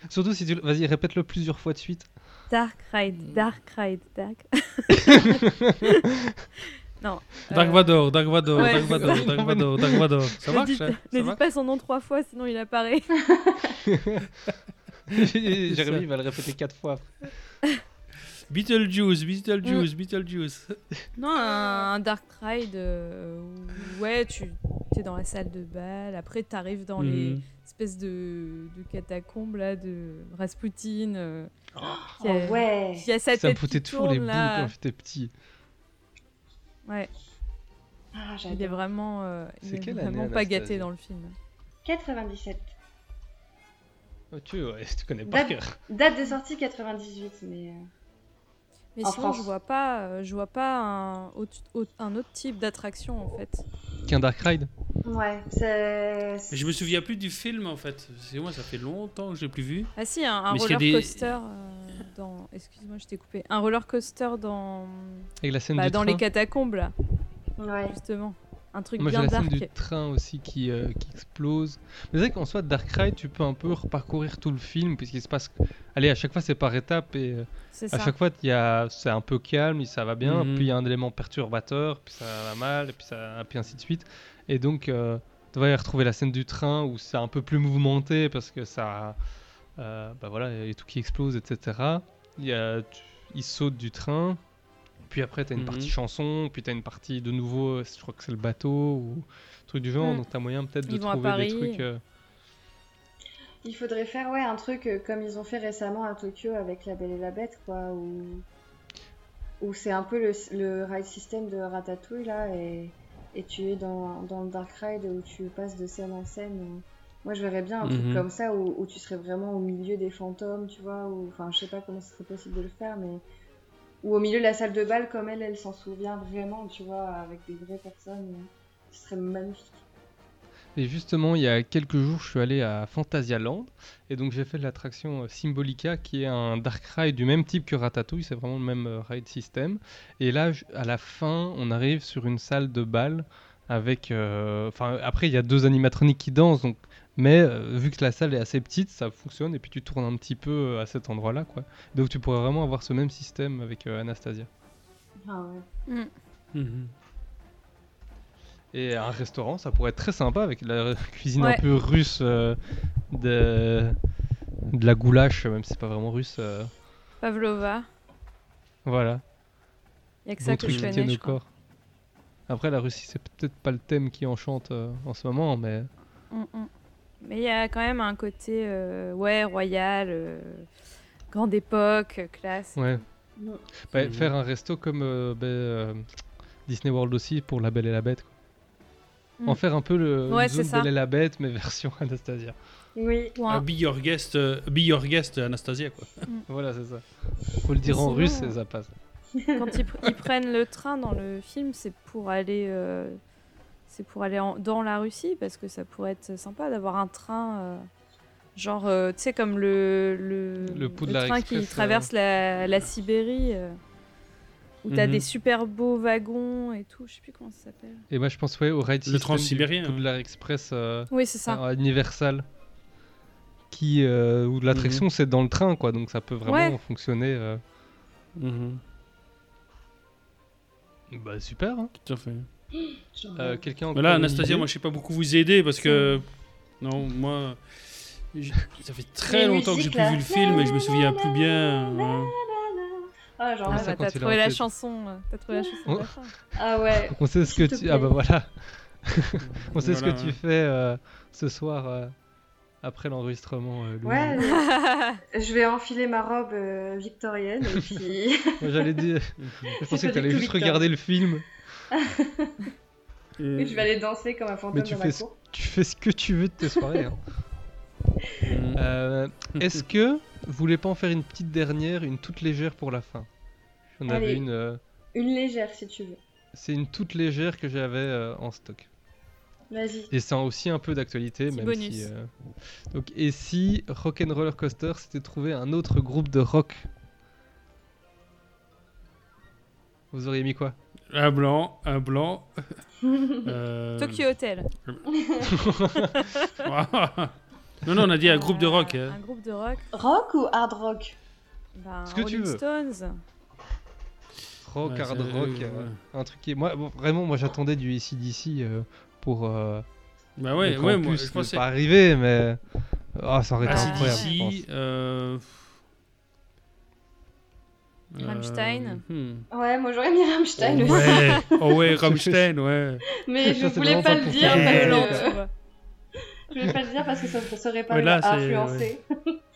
F: Surtout si tu... le- Vas-y, répète-le plusieurs fois de suite.
I: Dark
F: Mm.
I: Ride, Dark Ride, Dark. non.
G: Dark
I: euh,
G: Vador, Dark Vador,
I: ouais,
G: Dark
I: c'est
G: Vador,
F: ça.
G: Dark Vador, Dark Vador. Ça
I: ne
G: marche
I: dites-
G: hein Ça
I: Ne
G: va
I: dites pas son nom trois fois, sinon il apparaît.
F: Jérémy va le répéter quatre fois.
G: Beetlejuice, Beetlejuice,
I: Mm.
G: Beetlejuice.
I: non, un, un Dark Ride. euh, ouais, tu es dans la salle de bal. Après, tu arrives dans les.
G: Mhm.
I: espèce de, de catacombe là de Rasputin euh, qui,
H: Oh,
I: a,
H: ouais.
I: qui a sa
F: Ça me
I: tête
F: foutait
I: qui
F: toujours les
I: tourne
F: boules
I: là.
F: quand j'étais petit.
I: Ouais,
H: Ah,
I: il est
H: j'adore.
I: vraiment, euh, il
F: C'est
I: est
F: quelle année,
I: vraiment pas gâté
F: Anastasie
I: dans le film.
H: 97.
F: Oh, tu, ouais, tu connais par
I: Bah.
H: Date,
F: cœur.
H: date de sortie 98, mais. euh,
I: Mais
H: En
I: sinon,
H: France.
I: je vois pas, euh, je vois pas un autre, autre- un autre type d'attraction en fait.
F: Qu'un Dark Ride
H: euh, Ouais, c'est.
G: Mais Je me souviens plus du film en fait. C'est moi, ça fait longtemps que j'ai plus vu.
I: Ah si, un, un
G: Mais est-ce qu'il y a
I: roller
G: des-
I: coaster euh, dans. Excuse-moi, je t'ai coupé. Un roller coaster dans,
F: Avec la scène
I: bah,
F: du
I: dans
F: train.
I: les catacombes là,
H: Ouais.
I: justement. Un truc
F: Moi j'ai
I: bien
F: la scène
I: dark.
F: du train aussi qui, euh, qui explose. Mais c'est vrai qu'en soit Dark Ride, tu peux un peu reparcourir tout le film puisqu'il se passe. Allez, à chaque fois c'est par étapes et euh,
I: C'est
F: à
I: ça.
F: chaque fois il y a... c'est un peu calme, et ça va bien,
G: Mhm.
F: puis il y a un élément perturbateur, puis ça va mal, et puis, ça... puis ainsi de suite. Et donc euh, tu vas y retrouver la scène du train où c'est un peu plus mouvementé parce que ça. euh, bah voilà, il y a tout qui explose, etc. Il, y a... tu- il saute du train. Puis après, t'as une
G: Mhm.
F: partie chanson, puis t'as une partie de nouveau, euh, je crois que c'est le bateau ou truc du genre,
I: Mm.
F: donc t'as moyen peut-être de
I: Ils vont à
F: trouver des
I: Paris.
F: trucs. euh,
H: Il faudrait faire ouais, un truc euh, comme ils ont fait récemment à Tokyo avec La Belle et la Bête, quoi. Où, où c'est un peu le, le ride system de Ratatouille, là. Et et tu es dans, dans le Dark Ride où tu passes de scène en scène. euh. Moi, je verrais bien un truc
F: Mhm.
H: comme ça où, où tu serais vraiment au milieu des fantômes, tu vois, ou enfin, je sais pas comment ce serait possible de le faire, mais. Ou au milieu de la salle de bal, comme elle, elle s'en souvient vraiment, tu vois, avec des vraies personnes. euh. Ce serait magnifique.
F: Et justement, il y a quelques jours, je suis allé à Phantasialand et donc j'ai fait l'attraction euh, Symbolica qui est un dark ride du même type que Ratatouille, c'est vraiment le même euh, ride system. Et là, je- à la fin, on arrive sur une salle de bal avec. euh, Enfin, après, il y a deux animatroniques qui dansent, donc. Mais euh, vu que la salle est assez petite, ça fonctionne et puis tu tournes un petit peu euh, à cet endroit-là, quoi. Donc tu pourrais vraiment avoir ce même système avec euh, Anastasia.
H: Ah ouais.
G: Mhm.
F: Et un restaurant, ça pourrait être très sympa avec la cuisine
I: Ouais.
F: un peu russe euh, de, de la goulash, même si c'est pas vraiment russe. euh,
I: Pavlova,
F: voilà.
I: il n'y a que
F: Des
I: ça que
F: trucs
I: je
F: qui
I: connais.
F: tiennent au
I: je crois.
F: corps. Après, la Russie, c'est peut-être pas le thème qui enchante euh, en ce moment, mais
I: Mm, mm. Mais il y a quand même un côté euh, ouais, royal, euh, grande époque, euh, classe.
F: ouais.
H: Mm.
F: Bah,
G: Mhm.
F: Faire un resto comme euh, bah, euh, Disney World aussi pour La Belle et la Bête. quoi.
I: Mm.
F: En faire un peu le
I: Ouais,
F: une
I: c'est
F: zone
I: ça.
F: Belle et la Bête, mais version Anastasia.
H: Oui.
I: Ou
G: Ah,
I: un-
G: be your guest, euh, be your guest, Anastasia, quoi.
F: Voilà, c'est ça. Faut le dire en
I: sinon,
F: russe
I: euh,
F: et ça passe.
I: quand ils, pr- ils prennent le train dans le film, c'est pour aller, euh, c'est pour aller en- dans la Russie parce que ça pourrait être sympa d'avoir un train, euh, genre euh, tu sais comme le le,
F: Le Poudlard
I: train qui
F: Express, euh.
I: traverse la, la Sibérie, euh, où t'as
G: Mhm.
I: des super beaux wagons et tout. Je sais plus comment ça s'appelle.
F: Et moi, je pense ouais, au ride system du
G: Transsibérien, hein.
F: Poudlard Express. euh,
I: Oui, c'est ça.
F: Alors, Universal qui euh, où l'attraction c'est dans le train quoi donc ça peut vraiment
I: Ouais.
F: fonctionner euh.
G: Mhm.
F: bah super hein.
G: Tout à fait.
H: Genre,
F: Euh, quelqu'un a
G: Mais là,
F: encore une
G: Anastasia,
F: idée
G: moi, je sais pas beaucoup vous aider parce que. Non, moi. je- Ça fait très
H: Les
G: longtemps que j'ai
H: musiques,
G: plus
H: là.
G: vu le film et je me souviens plus bien. hein.
H: Ah, genre,
I: Ah,
F: ça,
I: bah,
F: quand
I: t'as
F: il est
I: trouvé
F: en
I: la
F: tête.
I: chanson, euh, t'as trouvé la chanson de
F: Oh.
I: la fin.
H: ah ouais.
F: on sait ce que
H: S'il te
F: tu ah bah
H: plaît.
F: voilà on sait
G: Voilà,
F: ce que tu
G: ouais.
F: fais euh, ce soir euh, après l'enregistrement euh, Louis.
H: Ouais,
F: Oh.
H: je vais enfiler ma robe euh, victorienne et puis.
F: Moi, j'allais dire je pensais que
H: pas
F: t'allais
H: du tout
F: juste
H: Victor.
F: regarder le film
H: Et je vais aller danser comme un fantôme
F: mais tu
H: dans
F: fais
H: ma
F: ce,
H: cour.
F: tu fais ce que tu veux de tes soirées hein.
G: Mm.
F: Euh, Est-ce que vous voulez pas en faire une petite dernière, une toute légère pour la fin J'en avais
H: Allez.
F: une. euh,
H: Une légère si tu veux.
F: c'est une toute légère que j'avais euh, en stock.
H: Vas-y.
F: Et c'est aussi un peu d'actualité,
I: Petit
F: même
I: bonus.
F: si. euh, Donc, et si Rock'n'Roller Coaster s'était trouvé un autre groupe de rock Vous auriez mis quoi
G: Un blanc, un blanc. euh,
I: Tokyo Hotel.
G: non, non, on a dit un groupe de
I: Euh,
G: rock. hein.
I: Un groupe de rock.
H: Rock ou hard rock
I: Ben,
F: Ce que tu
I: Rolling
F: veux.
I: Stones.
F: Rock,
G: Ouais,
F: hard
G: c'est-
F: rock,
G: ouais.
F: euh, un truc qui. Moi, bon, vraiment, moi j'attendais du ACDC euh, pour. euh,
G: Bah ouais,
F: le
G: ouais,
F: campus
G: moi, je
F: n'est
G: pensais.
F: pas arrivé, mais. Ah, ça aurait été
I: Ah, si,
F: incroyable.
I: si.
F: je pense.
G: ici. Euh...
I: Rammstein.
G: euh, hmm.
H: Ouais, moi j'aurais mis Rammstein aussi.
G: Ouais, oh ouais, Rammstein, ouais.
H: Mais je
F: Ça, c'est
H: voulais
F: vraiment
H: pas
F: pas
H: le
F: pour
H: dire
G: faire
H: parce
G: rire,
I: Violente,
H: que-
I: tu vois.
H: Je voulais pas le dire parce que ça ne saurait pas
G: Mais là, c'est-
H: influencer.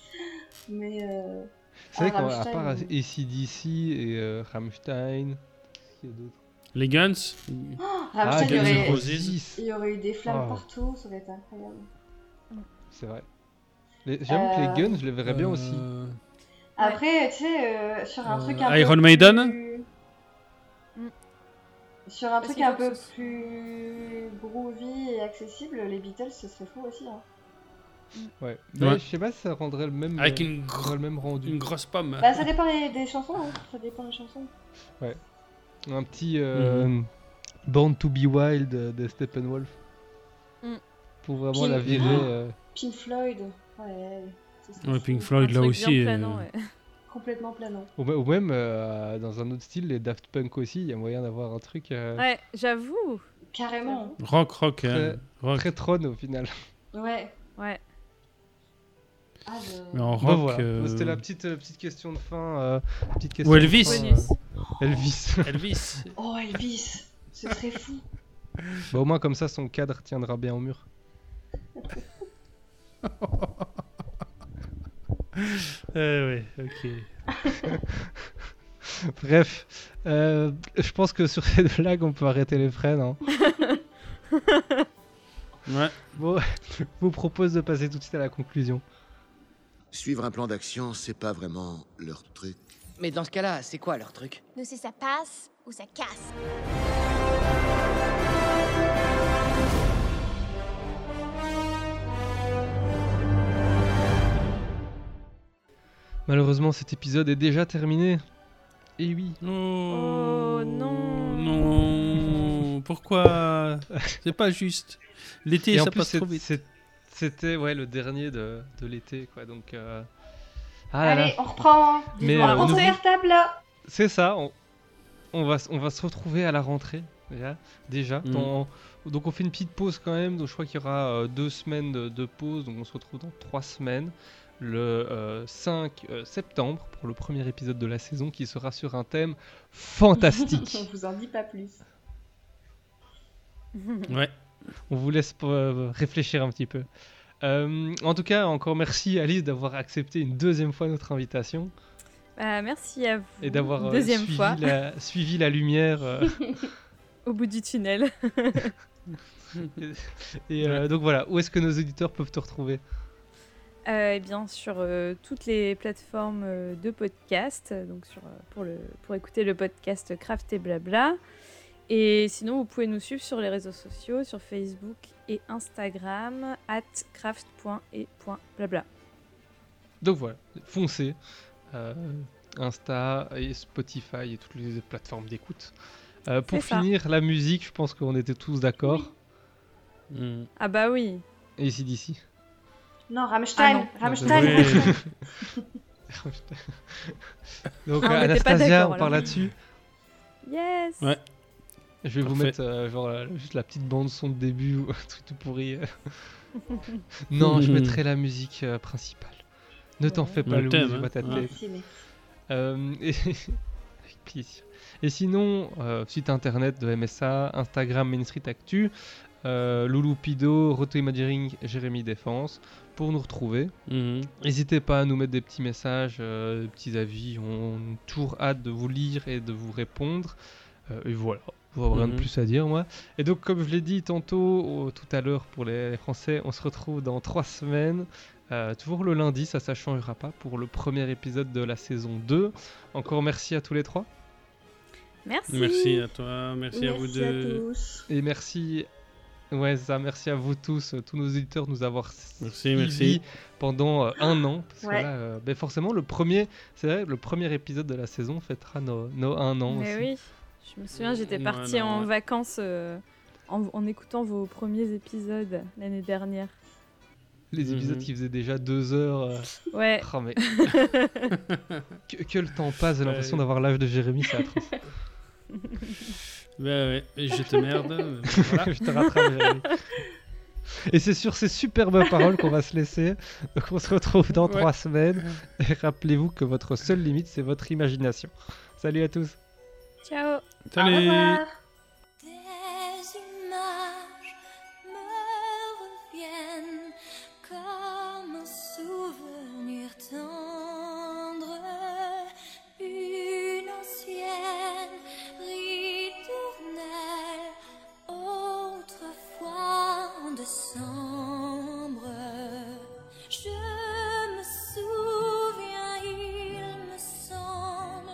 H: Mais euh,
F: C'est vrai
H: Ah,
F: qu'à
H: Rammstein,
F: part
H: oui.
F: ACDC et euh, Rammstein. qu'est-ce qu'il y a d'autre
G: Les Guns
H: Rammstein, il, y
G: Guns N'
H: aurait...
G: Roses.
H: il y aurait eu des flammes
F: Ah.
H: partout, ça aurait été incroyable.
F: C'est vrai. Les- J'avoue que les
H: Euh,
F: Guns, je les verrais bien aussi.
G: Euh,
H: Après, tu sais, euh, sur un
G: Euh,
H: truc un
G: Iron
H: peu
G: Maiden
H: plus-
I: Mm.
H: Sur un
I: Parce
H: truc
I: qu'il
H: un
I: faut que
H: peu
I: ce soit-
H: plus groovy et accessible, les Beatles, ce serait fou aussi. hein.
F: Ouais. Mais
G: Ouais.
F: je sais pas si ça rendrait le même,
G: Avec
F: euh,
G: une,
F: ça
G: gro-
F: rendrait le même rendu.
G: une grosse pomme.
H: Bah, ça dépend des, des chansons, hein. ça dépend des chansons.
F: Un petit euh,
G: Mhm.
F: Born to be Wild euh, de Steppenwolf.
I: Mm.
F: Pour vraiment
H: Pile.
F: la virer. euh,
H: Pink Floyd, ouais, ce serait
G: Ouais,
H: fou.
G: Pink
I: Un
G: Floyd, là
I: truc
G: aussi.
I: bien
G: euh,
I: planant, ouais.
H: complètement hein. planant.
F: Ou, me- ou même euh, dans un autre style, les Daft Punk aussi, il y a moyen d'avoir un truc euh,
I: Ouais, j'avoue.
H: Carrément,
G: Rock, rock,
F: Très-
G: hein, rock.
F: très trône au final.
H: ouais.
I: Ouais.
H: Ah, je-
G: Mais en rock.
F: Bon, voilà.
G: euh,
F: C'était la petite, la petite question de fin. euh, petite question
G: Ou
F: de
G: Elvis.
F: fin,
I: Bonus.
F: euh, Elvis.
G: Elvis.
H: Oh Elvis, ce serait fou.
F: Bah, au moins, comme ça, son cadre tiendra bien au mur.
G: Eh Euh, ouais, ok.
F: Bref, euh, je pense que sur ces deux blagues, on peut arrêter les hein. frais, non
G: Ouais.
F: Bon, je vous propose de passer tout de suite à la conclusion.
C: Suivre un plan d'action, c'est pas vraiment leur truc.
E: Mais dans ce cas-là, c'est quoi leur truc
H: Nous, c'est ça passe ou ça casse.
F: Malheureusement, cet épisode est déjà terminé.
G: Eh
F: Et oui.
I: Oh non.
G: Non. Pourquoi C'est pas juste. L'été,
F: Et en
G: ça
F: plus,
G: passe trop
F: c'est-
G: vite.
F: c'est- C'était ouais, le dernier de, de l'été, quoi. Donc. euh, Ah là là.
K: Allez, on
H: hein.
K: reprend.
F: Mais,
K: on
F: euh,
K: reprend
F: on oublie-
K: sur table là.
F: C'est ça, on, on va, s- on va se retrouver à la rentrée, déjà. déjà.
G: Mhm.
F: Dans- donc on fait une petite pause quand même, donc je crois qu'il y aura euh, deux semaines de, de pause, donc on se retrouve dans trois semaines, le euh, 5 euh, septembre, pour le premier épisode de la saison, qui sera sur un thème fantastique.
K: on vous en dit pas plus.
G: Ouais.
F: on vous laisse euh, réfléchir un petit peu. Euh, en tout cas, encore merci Alice d'avoir accepté une deuxième fois notre invitation
I: Bah, merci à vous.
F: et d'avoir euh,
I: Deuxième
F: suivi,
I: fois,
F: la, suivi la lumière. euh,
I: au bout du tunnel.
F: Et euh, donc voilà, où est-ce que nos auditeurs peuvent te retrouver
I: Euh, eh bien, sur euh, toutes les plateformes euh, de podcast, euh, donc sur, euh, pour, le, pour écouter le podcast Craft et Blabla. Et sinon, vous pouvez nous suivre sur les réseaux sociaux, sur Facebook et Instagram, at craft.et.blabla.
F: Donc voilà, foncez. euh, Insta et Spotify et toutes les plateformes d'écoute. Euh, pour
I: C'est ça.
F: finir, la musique, je pense qu'on était tous d'accord.
G: Mm.
I: Ah bah oui,
F: Et ici d'ici.
K: Non, Rammstein.
I: Ah
K: Rammstein.
G: Oui.
F: Donc
I: Ah, on
F: euh,
I: était pas
F: Anastasia,
I: d'accord,
F: on parle
I: alors.
F: là-dessus.
I: yes
G: Ouais.
F: Je vais vous
G: Parfait.
F: mettre euh, genre euh, juste la petite bande son de début ou un truc tout pourri. euh. non, je
G: Mhm.
F: mettrai la musique euh, principale. Ne t'en
I: Ouais.
F: fais pas,
G: Le
F: Louise,
G: thème,
F: je vois
G: hein.
F: ta
G: Ouais.
F: tête.
K: Merci, mais-
F: Euh, et... Avec plaisir. Et sinon, euh, site internet de MSA, Instagram Main Street Actu, euh, Loulou Pido, Roto Imagining, Jérémy Défense, pour nous retrouver.
G: Mhm.
F: N'hésitez pas à nous mettre des petits messages, euh, des petits avis, on a toujours hâte de vous lire et de vous répondre. Euh, et voilà, vous n'aurez rien de
G: Mhm.
F: plus à dire moi. Et donc comme je l'ai dit tantôt, au- tout à l'heure pour les Français, on se retrouve dans trois semaines, euh, toujours le lundi, ça ça changera pas, pour le premier épisode de la saison 2. Encore merci à tous les trois.
I: Merci
G: Merci à toi, merci, à vous
K: Merci
G: deux.
K: tous.
F: Et merci... Ouais, c'est ça, merci à vous tous, euh, tous nos auditeurs, de nous avoir
G: Merci,
F: suivis
G: merci.
F: pendant euh, un an. Parce
K: Ouais.
F: que là, euh, ben forcément, le premier, c'est vrai, le premier épisode de la saison fêtera nos, nos un an
I: Mais
F: aussi.
I: oui, je me souviens, j'étais
G: Ouais,
I: partie
G: non,
I: en
G: ouais.
I: vacances euh, en, en écoutant vos premiers épisodes l'année dernière.
F: Les épisodes
G: Mhm.
F: qui faisaient déjà deux heures. euh,
I: Ouais,
F: oh, mais- que, que le temps passe, j'ai l'impression
G: Ouais.
F: d'avoir l'âge de Jérémy, c'est atroce.
G: Ouais, ouais, je te merde. mais voilà.
F: Je te rattrape, Jérémy. Et c'est sur ces superbes paroles qu'on va se laisser. Donc on se retrouve dans
G: Ouais.
F: trois semaines. Et rappelez-vous que votre seule limite, c'est votre imagination. Salut à tous.
I: ciao
K: Au
G: Salut.
K: revoir.
H: Des images me reviennent comme un souvenir tendre, une ancienne ritournelle, autrefois en décembre. Je me souviens, il me semble,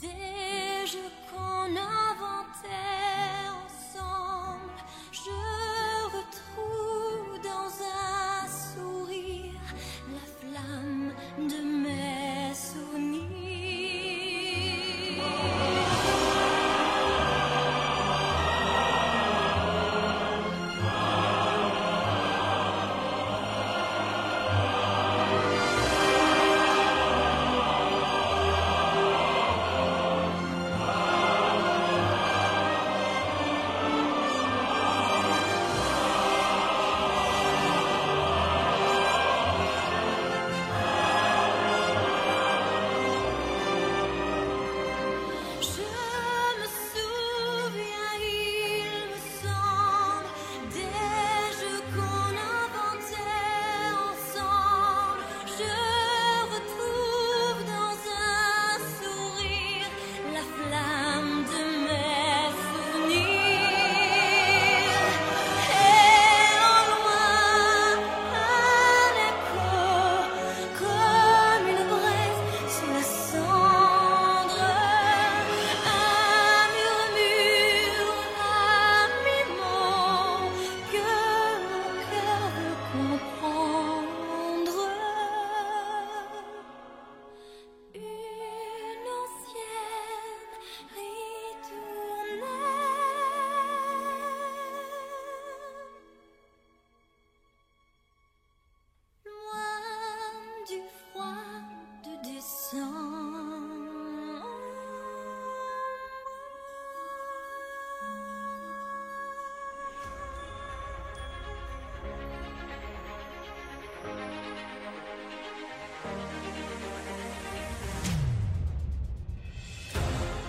H: des jeux qu'on inventait.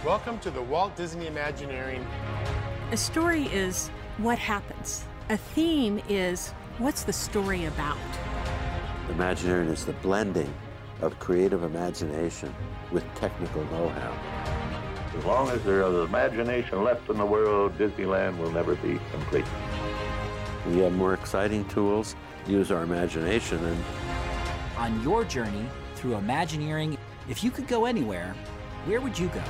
A: Welcome to the Walt Disney Imagineering.
I: A story is what happens. A theme is what's the story about?
C: Imagineering is the blending of creative imagination with technical know-how.
D: As long as there is imagination left in the world, Disneyland will never be complete.
C: We have more exciting tools, use our imagination, and
E: On your journey through Imagineering, if you could go anywhere, where would you go?